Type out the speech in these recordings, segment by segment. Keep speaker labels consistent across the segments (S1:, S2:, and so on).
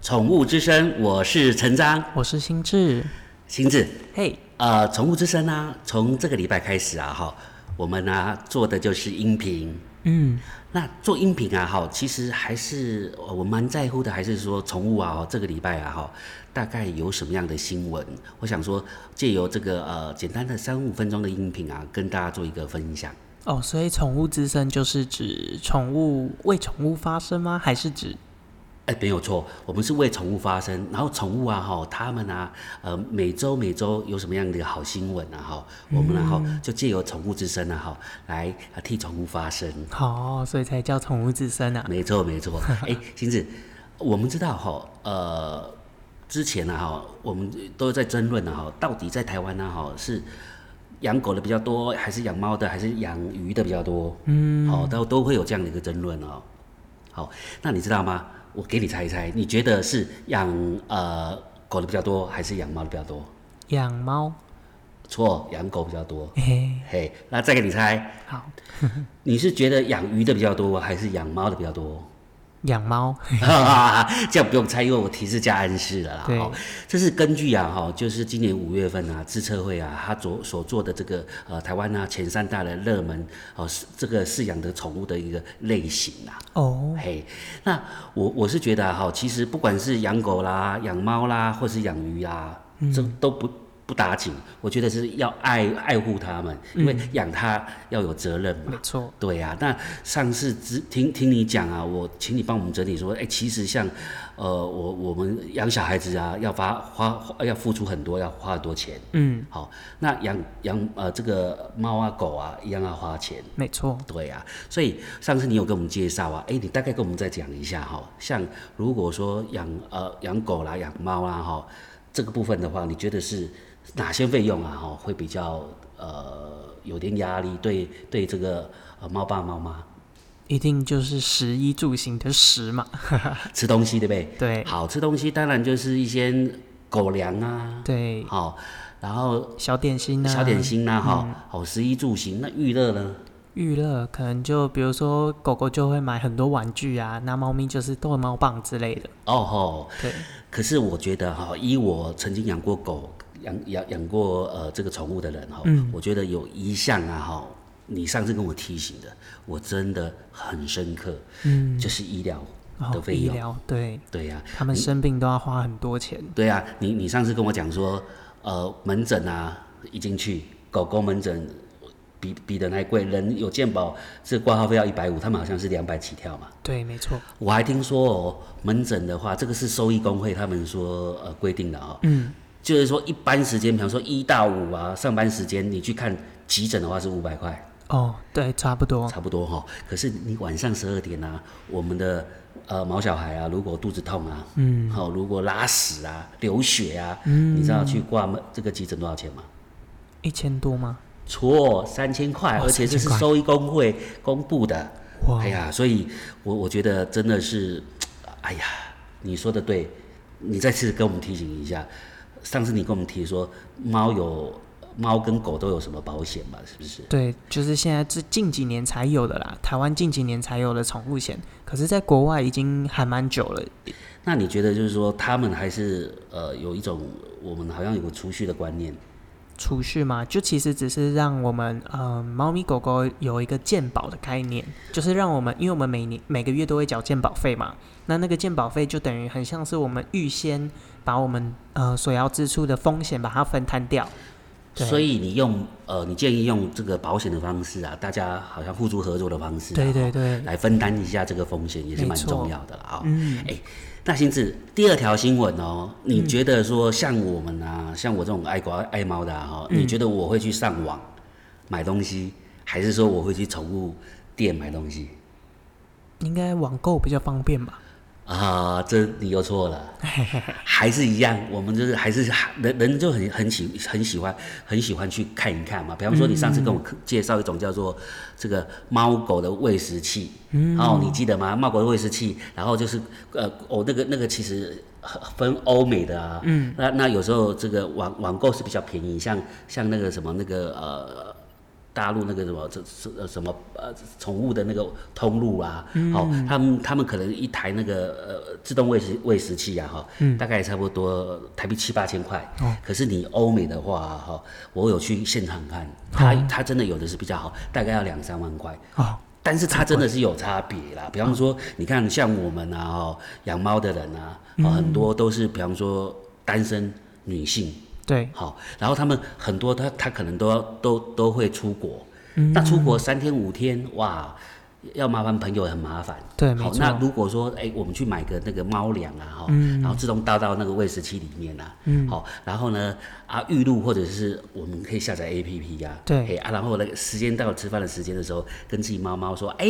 S1: 宠物之声，我是陈章，
S2: 我是心智，
S1: 心智。
S2: 嘿、
S1: 呃，宠物之声呢、从这个礼拜开始啊，哈，我们呢、做的就是音频。
S2: 嗯，
S1: 那做音频啊，哈，其实还是呃我蛮在乎的，还是说宠物啊，哈这个礼拜啊，哈，大概有什么样的新闻？我想说，借由这个呃简单的三五分钟的音频啊，跟大家做一个分享。
S2: 哦，所以宠物之声就是指宠物为宠物发声吗？还是指
S1: 哎，没有错，我们是为宠物发声，然后宠物啊哈，他们啊，呃，每周每周有什么样的好新闻啊哈，我们然后就借由宠物之声啊哈，来呃替宠物发声。
S2: 哦，所以才叫宠物之声啊？
S1: 没错没错，哎，星子，我们知道哈，呃，之前呢、啊、哈，我们都在争论呢、啊、哈，到底在台湾呢、啊、哈是养狗的比较多，还是养猫的，还是养鱼的比较多？嗯，好、都都会有这样的一个争论哦。好，那你知道吗？我给你猜一猜，你觉得是养呃狗的比较多，还是养猫的比较多？
S2: 养猫？
S1: 错，养狗比较多。
S2: 嘿、
S1: 嘿，那再给你猜，
S2: 好，
S1: 你是觉得养鱼的比较多，还是养猫的比较多？
S2: 养猫。
S1: 这样不用猜，因为我提示加暗示了啦。
S2: 对
S1: 哦，这是根据啊，哈，就是今年五月份啊，自测会啊，他所所做的这个呃台湾啊前三大的热门哦、是这个饲养的宠物的一个类型啊。
S2: 哦，
S1: 嘿，那我我是觉得啊哈、其实不管是养狗啦、养猫啦，或是养鱼啦，这都不不打紧。我觉得是要爱爱护它们，因为养它要有责任嘛。
S2: 没错。
S1: 对呀、那上次只听听你讲啊，我请你帮我们整理说，哎、其实像，呃，我我们养小孩子啊，要花花花要付出很多，要花很多钱。
S2: 嗯，
S1: 好，那养养呃这个猫啊狗啊一样要花钱。
S2: 没错。
S1: 对啊，所以上次你有跟我们介绍啊，哎，你大概跟我们再讲一下哈、像如果说养呃养狗啦、养猫啦哈、这个部分的话，你觉得是哪些费用啊哈、会比较呃有点压力？对对，这个呃猫爸猫妈
S2: 一定就是食衣住行的食 嘛。
S1: 吃东西对不对？
S2: 对
S1: 好吃东西当然就是一些狗粮啊，
S2: 对，
S1: 好、然后
S2: 小点心啊，
S1: 小点心啦、哈、好食衣住行，那娱乐呢？
S2: 娱乐可能就比如说狗狗就会买很多玩具啊，那猫咪就是逗猫棒之类的。
S1: 哦吼，
S2: 对，
S1: 可是我觉得哈，依我曾经养过狗、养养养过呃这个宠物的人哈，
S2: 嗯
S1: 我觉得有一项啊哈，你上次跟我提醒的，我真的很深刻，嗯，就是医疗的
S2: 哦，
S1: 费
S2: 医
S1: 用，
S2: 疗，对
S1: 对呀、
S2: 他们生病都要花很多钱。
S1: 对呀、你你上次跟我讲说，呃，门诊啊一进去，狗狗门诊比比人还贵，人有健保这挂号费要一百五，他们好像是两百起跳嘛。
S2: 对，没错。
S1: 我还听说哦，门诊的话，这个是收益工会他们说呃规定的哦，嗯，就是说一般时间，比方说一到五啊，上班时间你去看急诊的话是五百块，
S2: 哦，对，差不多。
S1: 差不多哈、哦。可是你晚上十二点啊，我们的呃毛小孩啊，如果肚子痛啊，嗯，好、如果拉屎啊、流血啊，嗯，你知道去挂门这个急诊多少钱吗？
S2: 一千多吗？
S1: 错，三千块，
S2: 哦
S1: 而且这是
S2: 3000块
S1: 收益工会公布的。
S2: 哇
S1: 哎呀，所以我我觉得真的是，哎呀，你说的对，你再次跟我们提醒一下，上次你跟我们提说猫有猫跟狗都有什么保险嘛，是不是？
S2: 对，就是现在这近几年才有的啦，台湾近几年才有的宠物险，可是在国外已经还蛮久了。
S1: 那你觉得就是说他们还是呃有一种我们好像有个储蓄的观念，
S2: 储蓄嘛，就其实只是让我们呃猫咪狗狗有一个健保的概念，就是让我们，因为我们每年每个月都会缴健保费嘛，那那个健保费就等于很像是我们预先把我们呃所要支出的风险把它分摊掉。对
S1: 所以你用呃你建议用这个保险的方式啊，大家好像互助合作的方式、啊，
S2: 对对对，
S1: 来分担一下这个风险也是蛮
S2: 没错
S1: 重要的啦啊、嗯，哎，那星子，第二条新闻哦，你觉得说像我们啊，像我这种爱狗爱猫的啊哈、
S2: 嗯
S1: 你觉得我会去上网买东西，还是说我会去宠物店买东西？
S2: 应该网购比较方便吧？
S1: 啊、这你又错了，还是一样，我们就是还是人人就很很喜很喜欢很喜欢去看一看嘛。比方说，你上次跟我介绍一种叫做这个猫狗的喂食器，哦，你记得吗？猫狗的喂食器，然后就是呃，哦，那个那个其实呃分欧美的啊，嗯，那那有时候这个网网购是比较便宜，像像那个什么那个呃。大陆那个什么这这什么呃宠物的那个通路啊，好、他们他们可能一台那个呃自动喂食喂食器啊哈，大概也差不多台币七八千块，可是你欧美的话啊哈、我有去现场看，它它真的有的是比较好，大概要两三万块，
S2: 哦，
S1: 但是它真的是有差别啦。比方说，你看像我们啊，哦，养猫的人啊，哦很多都是比方说单身女性，
S2: 对，
S1: 好，然后他们很多他他可能都要都都会出国，那出国三天五天，哇，要麻烦朋友很麻烦。
S2: 对没
S1: 好，
S2: 错
S1: 那如果说哎、我们去买个那个猫粮啊，哈、
S2: 嗯
S1: 然后自动倒到那个喂食器里面啊，好，然后呢啊预录或者是我们可以下载 A P P 呀，
S2: 对
S1: 哎啊，然后那个时间到了吃饭的时间的时候，跟自己猫猫说，哎、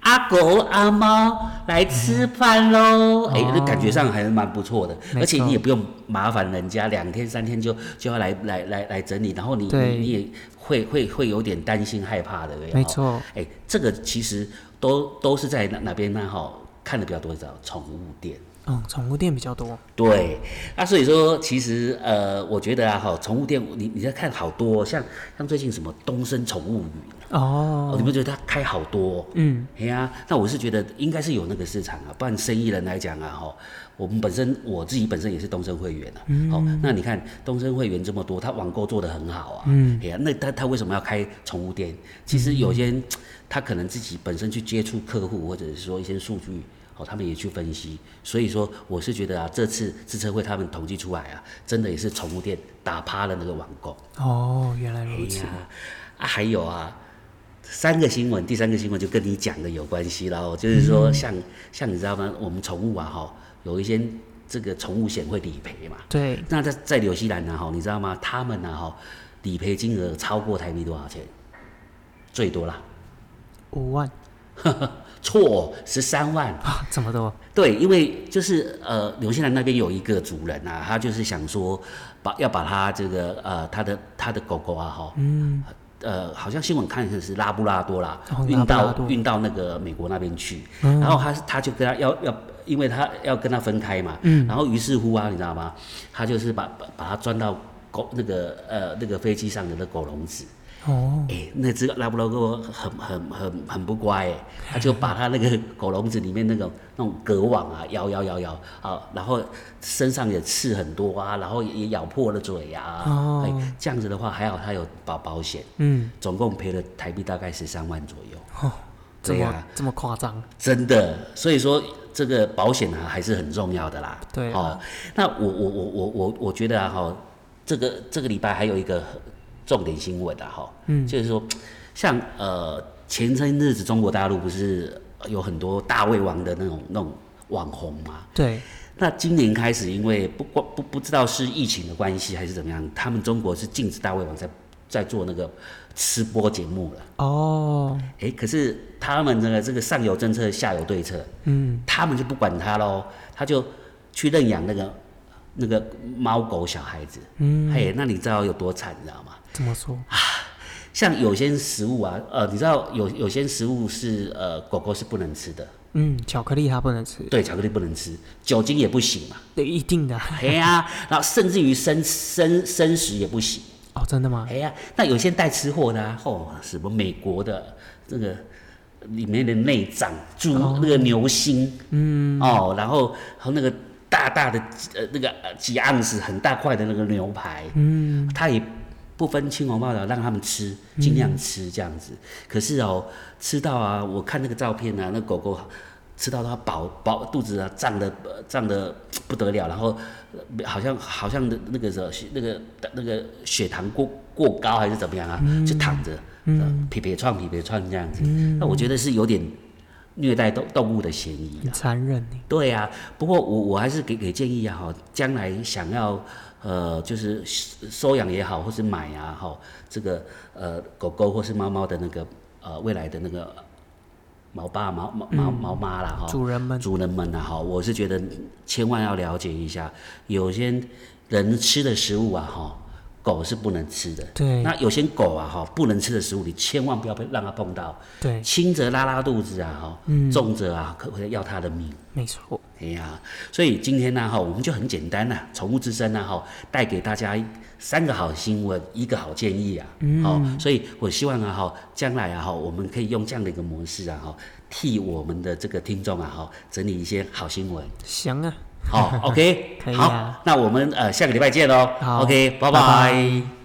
S1: 阿狗阿猫来吃饭喽！哎、那感觉上还是蛮不错的，
S2: 嗯哦没
S1: 而且你
S2: 错
S1: 也不用麻烦人家，两天三天就就要来来来来整理，然后你你
S2: 对
S1: 你也会会会有点担心害怕的，对不对
S2: 没
S1: 哈
S2: 错，
S1: 哎、这个其实都都是在哪哪边呢？哈，看的比较多叫宠物店。
S2: 嗯，宠物店比较多，
S1: 对，那所以说，其实呃，我觉得啊，哈，宠物店，你你在看好多、像像最近什么东升宠物语，哦、
S2: 哦，
S1: 你不觉得它开好多、
S2: 嗯，
S1: 哎呀、那我是觉得应该是有那个市场啊，不然生意人来讲啊，哈，我们本身我自己本身也是东升会员啊，好、那你看东升会员这么多，他网购做得很好啊，嗯，哎呀、那他他为什么要开宠物店？其实有些人、他可能自己本身去接触客户，或者是说一些数据。哦，他们也去分析，所以说我是觉得啊，这次自测会他们统计出来啊，真的也是宠物店打趴了那个网购。
S2: 哦，原来
S1: 哎
S2: 如此
S1: 呀，，啊，还有啊，三个新闻，第三个新闻就跟你讲的有关系啦哦。就是说像，像你知道吗？我们宠物啊，哈，有一些这个宠物险会理赔嘛。
S2: 对，
S1: 那在在纽西兰呢，哈，你知道吗？他们呢，哈，理赔金额超过台币多少钱？最多啦，
S2: 五万
S1: 错，十三万。
S2: 啊，这么多，
S1: 对，因为就是呃，纽西兰那边有一个主人啊，他就是想说把要把他这个呃他的他的狗狗啊哈，嗯，呃，好像新闻看是拉布拉多啦，
S2: 哦拉
S1: 运
S2: 布拉
S1: 到
S2: 多嗯
S1: 运到那个美国那边去，然后他他就跟他要要。因为他要跟他分开嘛，
S2: 嗯
S1: 然后于是乎啊，你知道吗？他就是把把把他钻到狗那个呃那个飞机上的那狗笼子，
S2: 哦，
S1: 哎、那只拉布拉多很很很很不乖哎，它就把它那个狗笼子里面那种那种隔网啊摇摇摇摇啊，然后身上也刺很多啊，然后也咬破了嘴啊。
S2: 哦
S1: 哎这样子的话还好它有保保险，
S2: 嗯，
S1: 总共赔了台币大概十三万左右，
S2: 哦，这
S1: 对
S2: 么、
S1: 呀
S2: 这么夸张，
S1: 真的。所以说这个保险啊还是很重要的啦。
S2: 对啊
S1: 哦，那我我我我我我觉得啊哈，这个这个礼拜还有一个重点新闻啊哈，嗯，就是说像呃前些日子中国大陆不是有很多大胃王的那种那种网红嘛，
S2: 对，
S1: 那今年开始因为不光不不知道是疫情的关系还是怎么样，他们中国是禁止大胃王在在做那个吃播节目了。
S2: 哦，
S1: 哎，可是他们这个这个上有政策，下有对策，嗯，他们就不管他喽，他就去认养那个那个猫狗小孩子，嗯，嘿，那你知道有多惨，你知道吗？
S2: 怎么说？
S1: 像有些食物啊，呃，你知道有有些食物是呃狗狗是不能吃的，
S2: 嗯，巧克力它不能吃，
S1: 对，巧克力不能吃，酒精也不行嘛，
S2: 对，一定的啊，
S1: 嘿呀、然后甚至于生生生食也不行，
S2: 哦，真的吗？
S1: 哎呀，那有些带吃货的、啊，哦，什么美国的这个里面的内脏、猪、那个牛心，嗯，哦，然后和那个大大的呃那个呃几盎司很大块的那个牛排，嗯，他也不分青红皂白让他们吃，尽量吃这样子。可是哦，吃到啊，我看那个照片啊，那狗狗。吃到它饱饱肚子啊，胀的胀的不得了，然后呃好像好像那那个什么那个那个血糖过过高还是怎么样啊，就躺着，嗯，皮皮创皮皮创这样子，那我觉得是有点虐待动动物的嫌疑
S2: 很
S1: 啊。
S2: 残忍呢，
S1: 对呀、不过我我还是给给建议啊，哈，将来想要呃，就是收收养也好，或是买啊，哈，这个呃狗狗或是猫猫的那个呃未来的那个毛爸毛毛毛毛妈啦，哈、
S2: 嗯主人们，
S1: 哦主人们啊，哈，我是觉得千万要了解一下，有些人吃的食物啊，哈，狗是不能吃的。
S2: 对
S1: 那有些狗啊，哈，不能吃的食物，你千万不要被让它碰到，
S2: 对，
S1: 轻则拉拉肚子啊，
S2: 嗯
S1: 哈，重则啊，可会要它的命。
S2: 没错，
S1: 哎呀，所以今天呢，哈，我们就很简单呐、宠物之声呢，哈，带给大家三个好新闻，一个好建议啊，
S2: 嗯
S1: 好、所以我希望啊，哈，将来啊，哈，我们可以用这样的一个模式啊，哈，替我们的这个听众啊，哈，整理一些好新闻，
S2: 香啊。
S1: 好、o k
S2: 可以啊
S1: 好，那我们呃下个礼拜见喽
S2: 好
S1: ，OK，拜拜
S2: 拜拜